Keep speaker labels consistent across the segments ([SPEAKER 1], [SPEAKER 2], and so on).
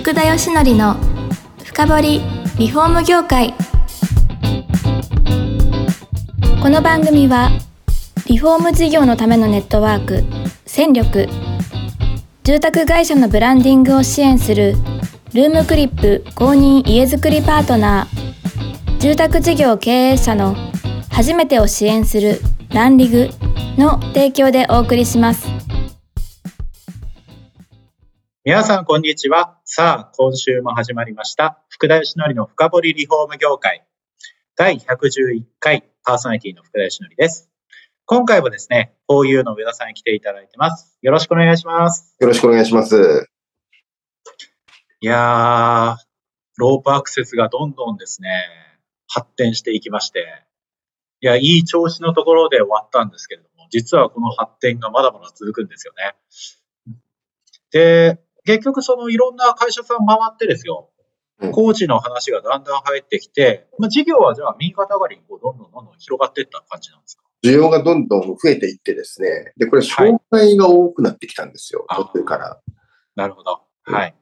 [SPEAKER 1] 福田義則の深掘りリフォーム業界この番組はリフォーム事業のためのネットワーク戦力住宅会社のブランディングを支援するルームクリップ公認家づくりパートナー住宅事業経営者の初めてを支援するランリグの提供でお送りします
[SPEAKER 2] 皆さん、こんにちは。さあ、今週も始まりました。福田義則の深掘りリフォーム業界。第111回、パーソナリティの福田義則です。今回もですね、こういうの上田さんに来ていただいてます。よろしくお願いします。
[SPEAKER 3] よろしくお願いします。
[SPEAKER 2] いやー、ロープアクセスがどんどんですね、発展していきまして、いや、いい調子のところで終わったんですけれども、実はこの発展がまだまだ続くんですよね。で、結局そのいろんな会社さん回ってですよ、工事の話がだんだん入ってきて、まあ、事業はじゃあ右肩上がりにこうどんどんどんどん広がっていった感じなんですか
[SPEAKER 3] 需要がどんどん増えていってですね、で、これ、障害が多くなってきたんですよ、途、は、中、い、から。
[SPEAKER 2] なるほど。はい。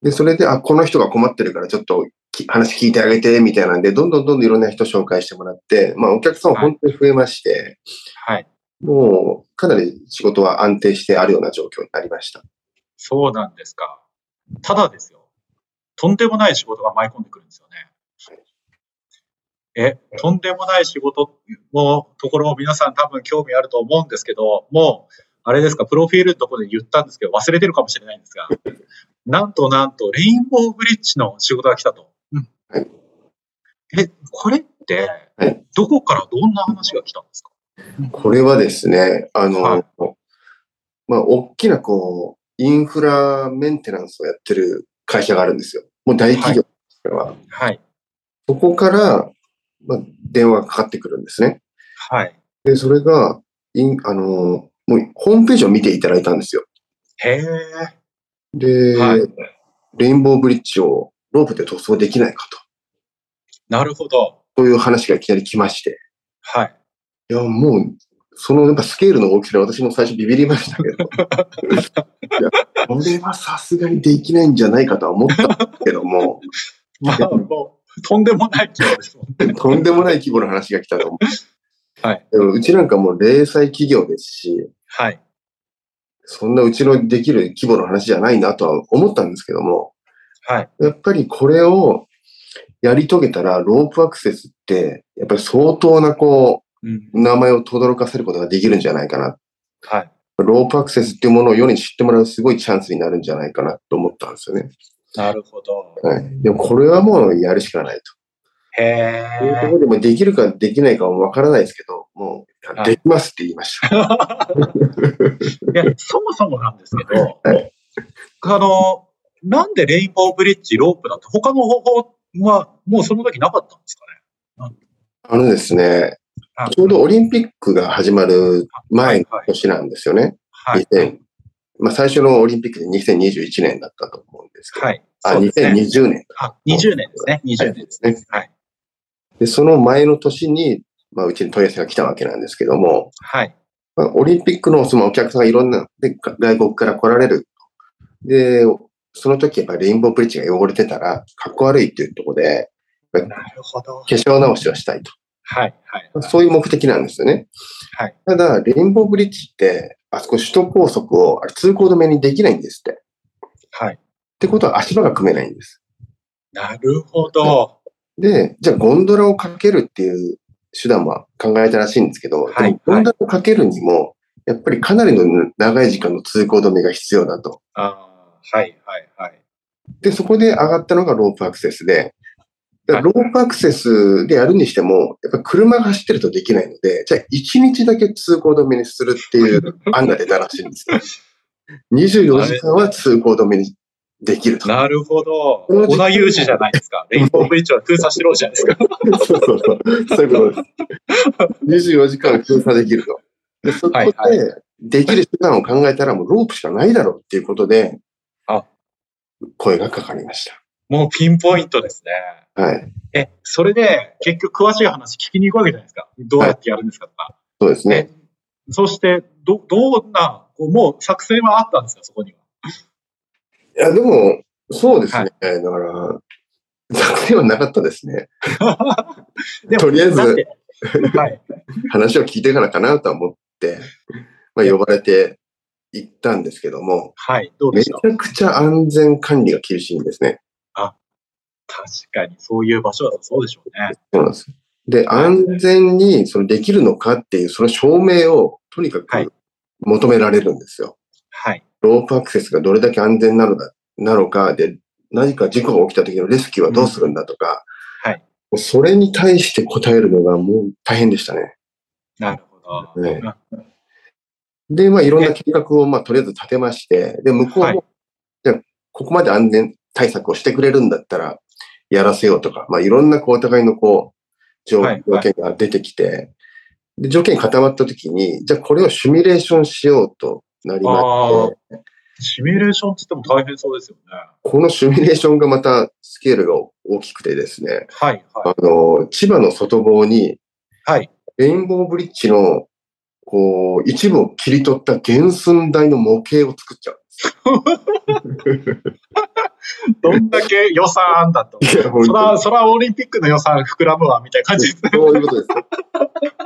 [SPEAKER 3] で、それで、あ、この人が困ってるから、ちょっと話聞いてあげて、みたいなんで、どんどんどんどんいろんな人紹介してもらって、まあ、お客さん本当に増えまして、
[SPEAKER 2] はい、はい、
[SPEAKER 3] もう、かなり仕事は安定してあるような状況になりました。
[SPEAKER 2] そうなんですか。ただですよ。とんでもない仕事が舞い込んでくるんですよね。え、とんでもない仕事のところを皆さん多分興味あると思うんですけど、もう、あれですか、プロフィールのところで言ったんですけど、忘れてるかもしれないんですが、なんとなんと、レインボーブリッジの仕事が来たと。うん、え、これって、どこからどんな話が来たんですか、
[SPEAKER 3] うん、これはですね、あの、はい、まあ、大きな、こう、インフラメンテナンスをやってる会社があるんですよ。もう大企業、
[SPEAKER 2] これは。はい。
[SPEAKER 3] そこから、まあ、電話がかかってくるんですね。
[SPEAKER 2] はい。
[SPEAKER 3] で、それが、イン、あのー、もう、ホームページを見ていただいたんですよ。
[SPEAKER 2] へえ。
[SPEAKER 3] で、はい、レインボーブリッジをロープで塗装できないかと。
[SPEAKER 2] なるほど。
[SPEAKER 3] という話がいきなり来まして。
[SPEAKER 2] はい。
[SPEAKER 3] いや、もう、そのやっぱスケールの大きさで私も最初ビビりました けど、いやこれはさすがにできないんじゃないかとは思ったんですけども、
[SPEAKER 2] まあ、もうとんでもない規模ですもんね。
[SPEAKER 3] とんでもない規模の話が来たと思
[SPEAKER 2] う。はい、
[SPEAKER 3] でもうちなんかもう零細企業ですし、
[SPEAKER 2] はい、
[SPEAKER 3] そんなうちのできる規模の話じゃないなとは思ったんですけども、
[SPEAKER 2] はい、
[SPEAKER 3] やっぱりこれをやり遂げたらロープアクセスって、やっぱり相当なこう、うん、名前を轟かせることができるんじゃないかな。
[SPEAKER 2] はい。
[SPEAKER 3] ロープアクセスっていうものを世に知ってもらうすごいチャンスになるんじゃないかなと思ったんですよね。
[SPEAKER 2] なるほど。
[SPEAKER 3] はい。でもこれはもうやるしかない
[SPEAKER 2] と。へ、
[SPEAKER 3] え。というところでもできるかできないかはわからないですけど、もうできますって言いました。はい
[SPEAKER 2] いや、そもそもなんですけど、
[SPEAKER 3] はい、
[SPEAKER 2] あの、なんでレインボーブリッジ、ロープだって他の方法はもうその時なかったんですかね
[SPEAKER 3] あのですね、ちょうどオリンピックが始まる前の年なんですよね。
[SPEAKER 2] はい、はい、
[SPEAKER 3] まあ、最初のオリンピックで2021年だったと思うんですけど。
[SPEAKER 2] はい。
[SPEAKER 3] あ、ね、2020年。
[SPEAKER 2] あ、20年ですね。20年ですね。はい。
[SPEAKER 3] で、その前の年に、まあ、うちに問い合わせが来たわけなんですけども。
[SPEAKER 2] はい。
[SPEAKER 3] まあ、オリンピックのそのお客さんがいろんな、で、外国から来られる。で、その時やっぱりレインボーブリッジが汚れてたら、かっこ悪いっていうところで、
[SPEAKER 2] なるほど。
[SPEAKER 3] 化粧直しをしたいと。
[SPEAKER 2] はい、はい。
[SPEAKER 3] そういう目的なんですよね。
[SPEAKER 2] はい。
[SPEAKER 3] ただ、レインボーブリッジって、あそこ首都高速を通行止めにできないんですって。
[SPEAKER 2] はい。って
[SPEAKER 3] ことは足場が組めないんです。
[SPEAKER 2] なるほど。
[SPEAKER 3] で、じゃあゴンドラをかけるっていう手段は考えたらしいんですけど、
[SPEAKER 2] はい。
[SPEAKER 3] ゴンドラをかけるにも、やっぱりかなりの長い時間の通行止めが必要だと。
[SPEAKER 2] ああ、はい、はい、はい。
[SPEAKER 3] で、そこで上がったのがロープアクセスで、ロープアクセスでやるにしても、やっぱ車が走ってるとできないので、じゃあ1日だけ通行止めにするっていう 案が出たらしいんですよ。24時間は通行止めにできると。
[SPEAKER 2] なるほど。小田裕二じゃないですか。レインボーブリッジは封鎖しろじゃないですか。
[SPEAKER 3] そうそうそう。そういうことです。24時間封鎖できると。でそこで、できる手段を考えたらもうロープしかないだろうっていうことで、
[SPEAKER 2] あ
[SPEAKER 3] 声がかかりました。
[SPEAKER 2] もうピンポイントですね。
[SPEAKER 3] はい。
[SPEAKER 2] え、それで、結局詳しい話聞きに行くわけじゃないですか。どうやってやるんですかとか。はい、
[SPEAKER 3] そうですね。
[SPEAKER 2] そして、ど、どんな、もう作戦はあったんですか、そこには。
[SPEAKER 3] いや、でも、そうですね。だから、楽ではなかったですね。
[SPEAKER 2] でも
[SPEAKER 3] とりあえず
[SPEAKER 2] だってはい。
[SPEAKER 3] 話を聞いてからかなとは思って、まあ、呼ばれて行ったんですけども、
[SPEAKER 2] はい。どうで
[SPEAKER 3] め
[SPEAKER 2] し
[SPEAKER 3] ち
[SPEAKER 2] た
[SPEAKER 3] ゃくちゃ安全管理が厳しいんですね。
[SPEAKER 2] 確かに、そういう場所だとそうでしょうね。
[SPEAKER 3] そうなんです。で、安全にそのできるのかっていう、その証明をとにか
[SPEAKER 2] はい
[SPEAKER 3] く求められるんですよ。
[SPEAKER 2] はい。
[SPEAKER 3] ロープアクセスがどれだけ安全なのだなのかで、何か事故が起きた時のレスキューはどうするんだとか、
[SPEAKER 2] うんはい
[SPEAKER 3] もうそれに対して答えるのがもう大変でしたね。
[SPEAKER 2] なるほど。
[SPEAKER 3] ね
[SPEAKER 2] うん
[SPEAKER 3] で、まあいろんな計画をまあとりあえず立てまして、で、向こうも、
[SPEAKER 2] はい
[SPEAKER 3] じゃあここまで安全対策をしてくれるんだったらやらせようとか、まあいろんなこうお互いのこう条
[SPEAKER 2] はい
[SPEAKER 3] 条件が出てきて、で、条件固まった時に、じゃあこれをシミュレーションしようとなり
[SPEAKER 2] あ
[SPEAKER 3] まして、
[SPEAKER 2] あ、シミュレーションって言っても大変そうですよね。
[SPEAKER 3] このシミュレーションがまたスケールが大きくてですね、
[SPEAKER 2] はい、は
[SPEAKER 3] あの、千葉の外房に、
[SPEAKER 2] い。はい。
[SPEAKER 3] レインボーブリッジの、こう、一部を切り取った原寸大の模型を作っちゃう。
[SPEAKER 2] どんだけ予算あんだと。
[SPEAKER 3] いや、本
[SPEAKER 2] そ
[SPEAKER 3] 当
[SPEAKER 2] ら、
[SPEAKER 3] に。
[SPEAKER 2] そらオリンピックの予算膨らむわ、みたいな感じです。
[SPEAKER 3] そういうことです。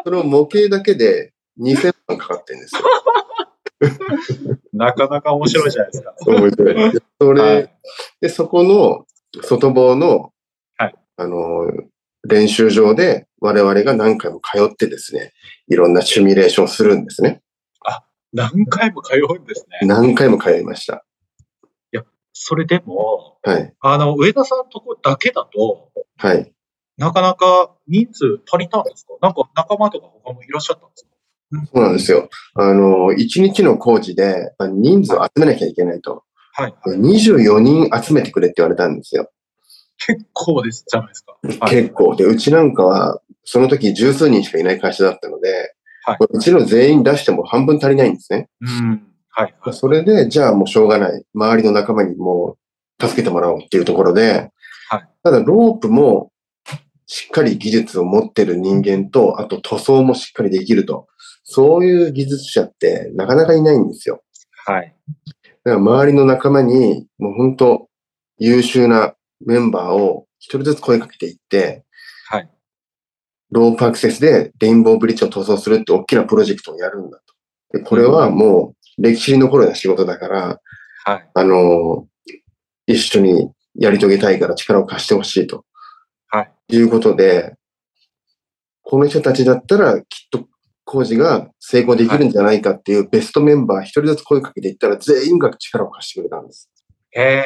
[SPEAKER 3] その模型だけで2000万かかってるんですよ。
[SPEAKER 2] なかなか面白いじゃないですか。
[SPEAKER 3] 面白い。でそれ、
[SPEAKER 2] はい
[SPEAKER 3] で、そこの外房の、
[SPEAKER 2] はい
[SPEAKER 3] あの、練習場で我々が何回も通ってですね、いろんなシミュレーションをするんですね。
[SPEAKER 2] 何回も通うんですね。
[SPEAKER 3] 何回も通いました。
[SPEAKER 2] それでも、
[SPEAKER 3] はい。
[SPEAKER 2] あの、上田さんとこだけだと、
[SPEAKER 3] はい。
[SPEAKER 2] なかなか人数足りたんですかなんか仲間とか他もいらっしゃったんですか
[SPEAKER 3] そうなんですよ。あの、1日の工事でまあ人数を集めなきゃいけないと。
[SPEAKER 2] はい。
[SPEAKER 3] 24人集めてくれって言われたんですよ。
[SPEAKER 2] 結構です、じゃないですか。はい。
[SPEAKER 3] 結構。で、うちなんかは、その時十数人しかいない会社だったので、
[SPEAKER 2] はいう
[SPEAKER 3] ちの全員出しても半分足りないんですね。
[SPEAKER 2] うん。はい。はい
[SPEAKER 3] それで、じゃあもうしょうがない。周りの仲間にもう助けてもらおうっていうところで、
[SPEAKER 2] はい
[SPEAKER 3] ただロープもしっかり技術を持ってる人間と、あと塗装もしっかりできると。そういう技術者ってなかなかいないんですよ。
[SPEAKER 2] はい。
[SPEAKER 3] だから周りの仲間に、もう本当優秀なメンバーを一人ずつ声かけていって、
[SPEAKER 2] はい。
[SPEAKER 3] ロープアクセスでレインボーブリッジを塗装するって大きなプロジェクトをやるんだと。で、これはもう歴史に残るような仕事だから、
[SPEAKER 2] はい。
[SPEAKER 3] あの、一緒にやり遂げたいから力を貸してほしいと。
[SPEAKER 2] はい。
[SPEAKER 3] いうことで、この人たちだったらきっと工事が成功できるんじゃないかっていうベストメンバー一人ずつ声かけていったら全員が力を貸してくれたんです。
[SPEAKER 2] へえ。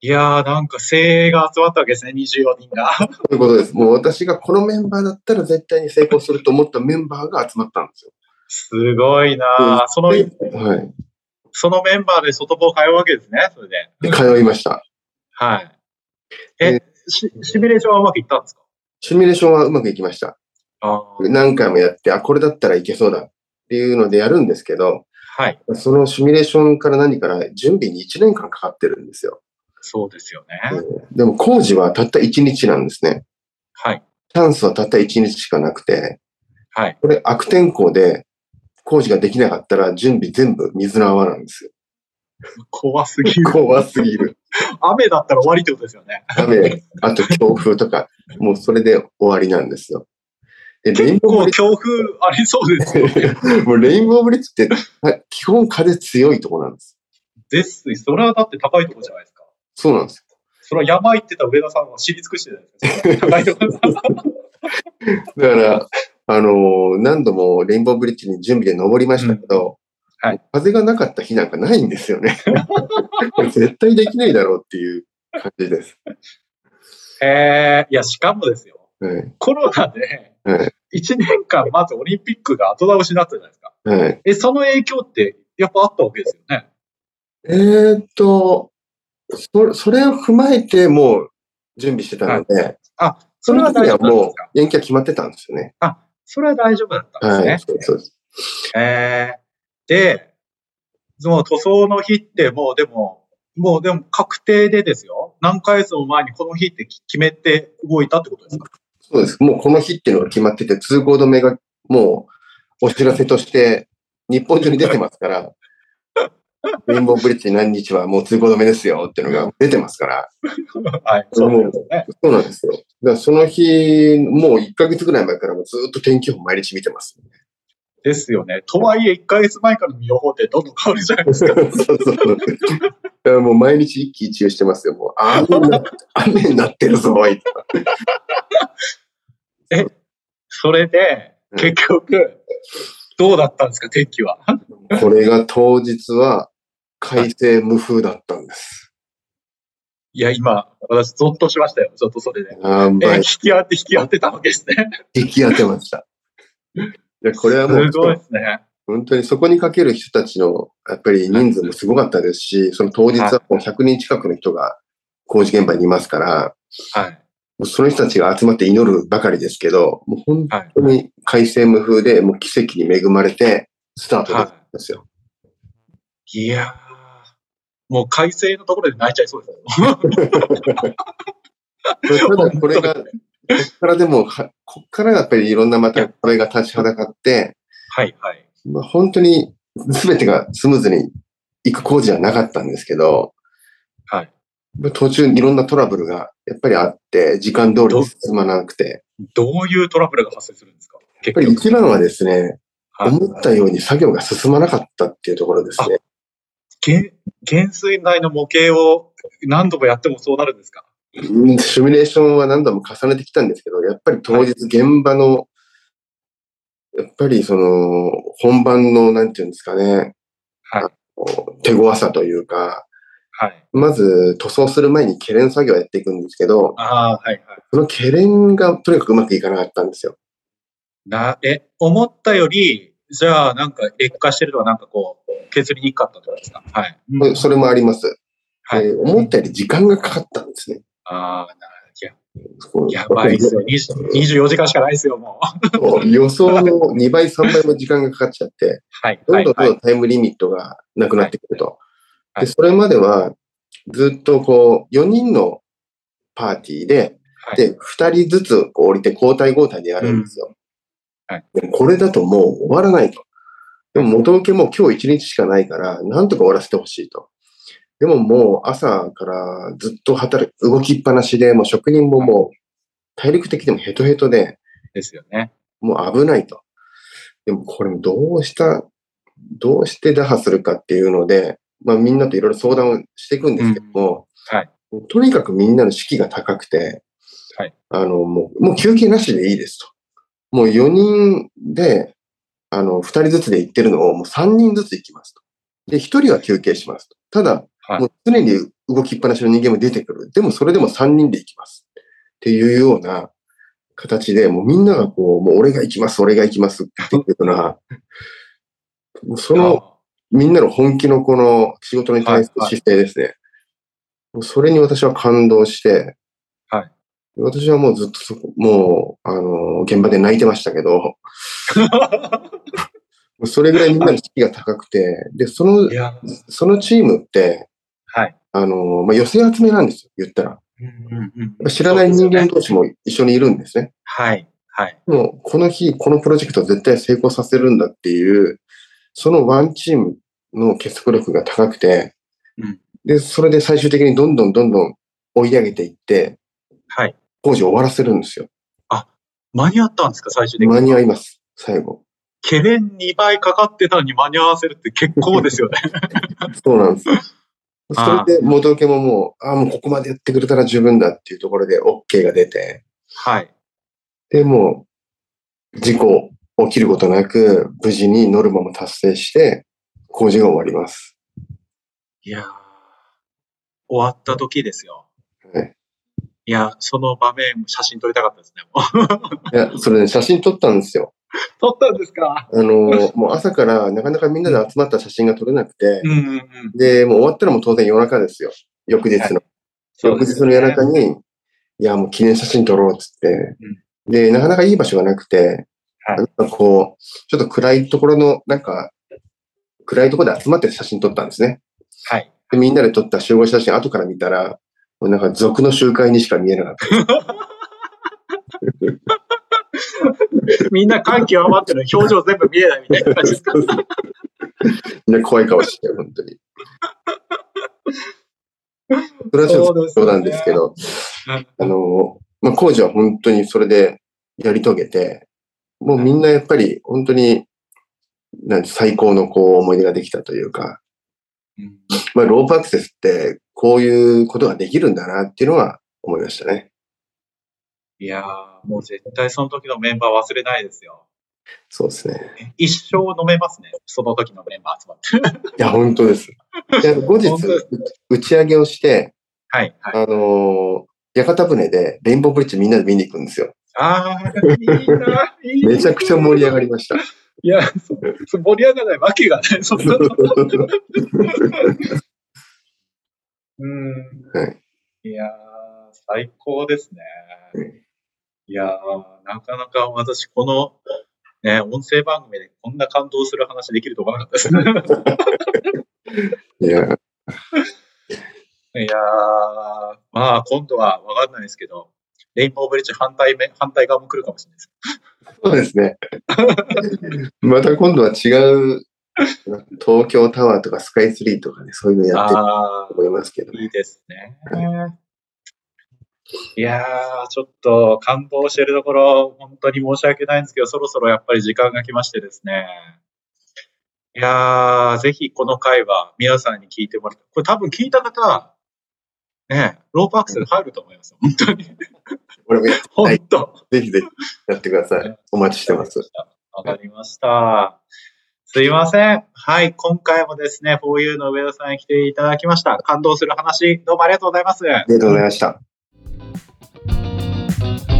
[SPEAKER 2] いやー、なんか精鋭が集まったわけですね、24人が。
[SPEAKER 3] ということです。もう私がこのメンバーだったら絶対に成功すると思ったメンバーが集まったんですよ。
[SPEAKER 2] すごいなー。その、
[SPEAKER 3] はい。
[SPEAKER 2] そのメンバーで外房通うわけですね、それで。
[SPEAKER 3] で通いました。
[SPEAKER 2] はい。え、シシミュレーションはうまくいったんですか
[SPEAKER 3] シミュレーションはうまくいきました。
[SPEAKER 2] あー
[SPEAKER 3] 何回もやって、あ、これだったらいけそうだっていうのでやるんですけど、
[SPEAKER 2] はい。
[SPEAKER 3] そのシミュレーションから何から準備に1年間かかってるんですよ。
[SPEAKER 2] そうですよね。
[SPEAKER 3] でも工事はたった1日なんですね。
[SPEAKER 2] はい。
[SPEAKER 3] チャンスはたった1日しかなくて、
[SPEAKER 2] はい。
[SPEAKER 3] これ悪天候で工事ができなかったら準備全部水の泡なんですよ。
[SPEAKER 2] 怖すぎる。
[SPEAKER 3] 怖すぎる。
[SPEAKER 2] 雨だったら終わりってことですよね。
[SPEAKER 3] 雨、あと強風とか、もうそれで終わりなんですよ。でレイン
[SPEAKER 2] 結構
[SPEAKER 3] ボーブリッ
[SPEAKER 2] 強風ありそうですよ ね。
[SPEAKER 3] ジ、もうレインボーブリッジってはい基本風強いとこなんです。
[SPEAKER 2] です。それはだって高いとこじゃないですか。
[SPEAKER 3] そうなんです。
[SPEAKER 2] それは山行ってた上田さんは知り尽くしてるじゃないですか。高いと こです。
[SPEAKER 3] だから、あのー何度もレインボーブリッジに準備で登りましたけど、
[SPEAKER 2] うんはい
[SPEAKER 3] 風がなかった日なんかないんですよ ね。これ絶対できないだろうっていう感じです。
[SPEAKER 2] えー、いや、しかもですよ。
[SPEAKER 3] はい。
[SPEAKER 2] コロナで
[SPEAKER 3] はい。
[SPEAKER 2] 1年間まずオリンピックが後倒しになったじゃないですか。
[SPEAKER 3] はい。
[SPEAKER 2] え、その影響ってやっぱあったわけですよね。
[SPEAKER 3] えーっと、そそれを踏まえてもう準備してたので、
[SPEAKER 2] あ、そ
[SPEAKER 3] そ
[SPEAKER 2] れ
[SPEAKER 3] の
[SPEAKER 2] は
[SPEAKER 3] 時
[SPEAKER 2] 大
[SPEAKER 3] に
[SPEAKER 2] 丈
[SPEAKER 3] は
[SPEAKER 2] 夫なんで
[SPEAKER 3] も
[SPEAKER 2] すか
[SPEAKER 3] う延期は決まってたんですよね。
[SPEAKER 2] あ、それは大丈夫だったんですね。
[SPEAKER 3] はい。そうそうです。
[SPEAKER 2] えー、で、その塗装の日ってもうでも、もうでも確定でですよ。何ヶ月も前にこの日ってき決めて動いたってことですか
[SPEAKER 3] そうです。もうこの日っていうのが決まってて、通行止めが もうお知らせとして日本中に出てますから、レインボーブリッジ何日はもう通行止めですよっていうのが出てますから。
[SPEAKER 2] はい。そうなんですね。
[SPEAKER 3] そうなんですよ。だからその日、もう1ヶ月ぐらい前からもうずっと天気予報毎日見てます。
[SPEAKER 2] ですよね。とはいえ、1ヶ月前からの予報ってどんどん変わるじゃないです
[SPEAKER 3] そ
[SPEAKER 2] か。
[SPEAKER 3] うそうそう。だからもう毎日一喜一憂してますよ。もう、あー雨にな雨になってるぞ、おいとか
[SPEAKER 2] それで、結局、どうだったんですか、天気は。
[SPEAKER 3] これが当日は、快晴無風だったんです。
[SPEAKER 2] いや、今、私、ゾッとしましたよ。ちょっとそれで。
[SPEAKER 3] あん
[SPEAKER 2] えー
[SPEAKER 3] ま
[SPEAKER 2] 引
[SPEAKER 3] り
[SPEAKER 2] き合って引き合ってたわけですね。
[SPEAKER 3] 引き当てました。いや、これはもう
[SPEAKER 2] す、ごいですね。
[SPEAKER 3] 本当にそこにかける人たちの、やっぱり人数もすごかったですし、その当日はもう100人近くの人が工事現場にいますから、
[SPEAKER 2] はい。
[SPEAKER 3] もうその人たちが集まって祈るばかりですけど、もう本
[SPEAKER 2] はい。
[SPEAKER 3] 当に快晴無風で、もう奇跡に恵まれて、スタートだったん
[SPEAKER 2] は
[SPEAKER 3] ですよ。
[SPEAKER 2] い。いやー、もう快晴のところで泣いちゃいそうですね。
[SPEAKER 3] ただこ れが、こっからでも、はこっからやっぱりいろんなまたこれが立ちはだかって、
[SPEAKER 2] はい、はい。
[SPEAKER 3] まあ、本当に全てがスムーズに行く工事はなかったんですけど、
[SPEAKER 2] はい。
[SPEAKER 3] 途中いろんなトラブルがやっぱりあって、時間通りに進まなくて、
[SPEAKER 2] どういうトラブルが発生するんですか
[SPEAKER 3] や
[SPEAKER 2] 結
[SPEAKER 3] っぱり
[SPEAKER 2] 局。
[SPEAKER 3] 一番はですね、
[SPEAKER 2] はい
[SPEAKER 3] 思ったように作業が進まなかったっていうところですね。
[SPEAKER 2] げ減衰台の模型を何度もやってもそうなるんですか
[SPEAKER 3] うんシミュレーションは何度も重ねてきたんですけど、やっぱり当日現場の、やっぱりその、本番の、なんていうんですかね、
[SPEAKER 2] はい
[SPEAKER 3] あの手強さというか、
[SPEAKER 2] はい。
[SPEAKER 3] まず塗装する前にケレン作業をやっていくんですけど、
[SPEAKER 2] ああ、はい、はい。
[SPEAKER 3] そのケレンがとにかくうまくいかなかったんですよ。
[SPEAKER 2] な、え、思ったより、じゃあ、なんか劣化してるとか、なんかこう、削りにくかったってことですかはい。うん
[SPEAKER 3] それもあります。
[SPEAKER 2] はい
[SPEAKER 3] えー思ったより時間がかかったんですね。
[SPEAKER 2] ああ、なるいや
[SPEAKER 3] こう
[SPEAKER 2] やばいですよ。20 24時間しかないですよ、もう。
[SPEAKER 3] そう予想の2倍、3倍も時間がかかっちゃって、
[SPEAKER 2] はい。
[SPEAKER 3] ど
[SPEAKER 2] は
[SPEAKER 3] ん
[SPEAKER 2] い
[SPEAKER 3] どんどん
[SPEAKER 2] は
[SPEAKER 3] ど
[SPEAKER 2] い。
[SPEAKER 3] んタイムリミットがなくなってくると。
[SPEAKER 2] はいは
[SPEAKER 3] で、
[SPEAKER 2] い
[SPEAKER 3] それまでは、ずっとこう、4人のパーティーで、
[SPEAKER 2] はい
[SPEAKER 3] で、2人ずつこう降りて交代交代でやるんですよ。
[SPEAKER 2] うんはい
[SPEAKER 3] でこれだともう終わらないと。でも元請けも今日1日しかないから、なんとか終わらせてほしいと。でももう朝からずっと働く、動きっぱなしで、もう職人ももう体力的にもヘトヘトで、
[SPEAKER 2] ですよね。
[SPEAKER 3] もう危ないと。でもこれもどうした、どうして打破するかっていうので、まあみんなといろいろ相談をしていくんですけども、
[SPEAKER 2] うんはい
[SPEAKER 3] とにかくみんなの士気が高くて、
[SPEAKER 2] はい
[SPEAKER 3] あの、もう、もう休憩なしでいいですと。もう4人で、あの、2人ずつで行ってるのをもう3人ずつ行きますと。で、1人は休憩しますと。ただ、
[SPEAKER 2] はい
[SPEAKER 3] もう常に動きっぱなしの人間も出てくる。でもそれでも3人で行きます。っていうような形で、もうみんながこう、もう俺が行きます、俺が行きますっていうよ うな、もうその
[SPEAKER 2] あ
[SPEAKER 3] みんなの本気のこの仕事に対する姿勢ですね。もうそれに私は感動して、
[SPEAKER 2] はい
[SPEAKER 3] 私はもうずっとそこ、もう、あの、現場で泣いてましたけど、も
[SPEAKER 2] ー
[SPEAKER 3] うそれぐらいみんなの士気が高くて、で、その
[SPEAKER 2] い、や、
[SPEAKER 3] そのチームって、
[SPEAKER 2] はい。
[SPEAKER 3] あの、まあ、寄せ集めなんですよ、言ったら。やっ
[SPEAKER 2] うんうんうん
[SPEAKER 3] ぱ知らない人間
[SPEAKER 2] そうですよね
[SPEAKER 3] 同士も一緒にいるんですね。
[SPEAKER 2] はい。はい。
[SPEAKER 3] でもうこの日、このプロジェクトを絶対成功させるんだっていう、そのワンチームの結束力が高くて、
[SPEAKER 2] うん
[SPEAKER 3] で、それで最終的にどんどんどんどん追い上げていって、
[SPEAKER 2] はい。
[SPEAKER 3] 工事を終わらせるんですよ。
[SPEAKER 2] 間に合ったんですか、最終的
[SPEAKER 3] 間
[SPEAKER 2] に。
[SPEAKER 3] に合います、最後。
[SPEAKER 2] 懸念2倍かかってたのに間に合わせるって結構です よね。
[SPEAKER 3] そうなんですよ。
[SPEAKER 2] あー
[SPEAKER 3] それで元請けももう、ああ、もうここまでやってくれたら十分だっていうところで OK が出て、
[SPEAKER 2] はい。
[SPEAKER 3] で、もう、事故起きることなく、無事にノルマも達成して、工事が終わります。
[SPEAKER 2] いやー終わった時ですよ。
[SPEAKER 3] はい
[SPEAKER 2] いや、その場面、写真撮りたかったですね。もう
[SPEAKER 3] いや、それね、写真撮ったんですよ。
[SPEAKER 2] 撮ったんですか
[SPEAKER 3] あの、もう朝からなかなかみんなで集まった写真が撮れなくて
[SPEAKER 2] う、んうんうん。
[SPEAKER 3] で、もう終わったらもう当然夜中ですよ。翌日の。
[SPEAKER 2] そう
[SPEAKER 3] 翌
[SPEAKER 2] です
[SPEAKER 3] 日の夜中に、いや、もう記念写真撮ろうっつって
[SPEAKER 2] うん。
[SPEAKER 3] で、なかなかいい場所がなくて、
[SPEAKER 2] はい
[SPEAKER 3] なんかこう、ちょっと暗いところの、なんか、暗いところで集まって写真撮ったんですね。
[SPEAKER 2] はい。
[SPEAKER 3] でみんなで撮った集合写真、後から見たら、もうなんか俗の集会にしか見えなかった。
[SPEAKER 2] みんな感極まってる表情全部見えないみたいな感じですか。
[SPEAKER 3] みんな怖い顔して、本当に。それはちょっと冗談ですけど、
[SPEAKER 2] うん
[SPEAKER 3] あの、まあ、工事は本当にそれでやり遂げて、もうみんなやっぱり本当に、なんて最高のこう思い出ができたというか、
[SPEAKER 2] うん
[SPEAKER 3] まあ、ロープアクセスってこういうことができるんだなっていうのは思いましたね。
[SPEAKER 2] いやー、もう絶対その時のメンバー忘れないですよ。
[SPEAKER 3] そうですね。
[SPEAKER 2] 一生飲めますね。その時のメンバー集まって。
[SPEAKER 3] いや、本当です。であの後日
[SPEAKER 2] 本当です、
[SPEAKER 3] 打ち上げをして、
[SPEAKER 2] はい、はい。
[SPEAKER 3] あのー屋形船でレインボーブリッジみんなで見に行くんですよ。
[SPEAKER 2] あー、いいな、いいな
[SPEAKER 3] めちゃくちゃ盛り上がりました。
[SPEAKER 2] いや、そうそう盛り上がらないわけがない。そんなのうん。
[SPEAKER 3] はい
[SPEAKER 2] いやー、最高ですね。いやー、なかなか私、この、ね、音声番組でこんな感動する話できると思わなかったですね。
[SPEAKER 3] いや、
[SPEAKER 2] いやー、まあ、今度はわかんないですけど、レインボーブリッジ反対め反対側も来るかもしれないです。
[SPEAKER 3] そうですね。また今度は違う、東京タワーとかスカイツリーとかね、そういうのやってる
[SPEAKER 2] あ
[SPEAKER 3] と思いますけど
[SPEAKER 2] ー、いいですね。いやー、ちょっと感動してるところ、本当に申し訳ないんですけど、そろそろやっぱり時間が来ましてですね。いやー、ぜひこの回は皆さんに聞いてもらって、これ多分聞いた方、ね、ロープアクセル入ると思いますよ。本当に。
[SPEAKER 3] 俺もや
[SPEAKER 2] 本当。
[SPEAKER 3] ぜひぜひやってください。お待ちしてます。
[SPEAKER 2] わかりました。すいません。はい。今回もですね、4U の上田さんに来ていただきました。感動する話、どうもありがとうございます。
[SPEAKER 3] ありがとうございました。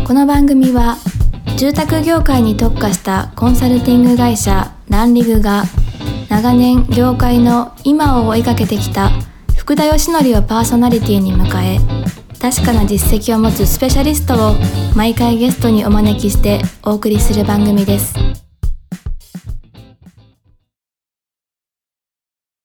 [SPEAKER 1] この番組は住宅業界に特化したコンサルティング会社ランリグが長年業界の今を追いかけてきた福田義則をパーソナリティに迎え確かな実績を持つスペシャリストを毎回ゲストにお招きしてお送りする番組です。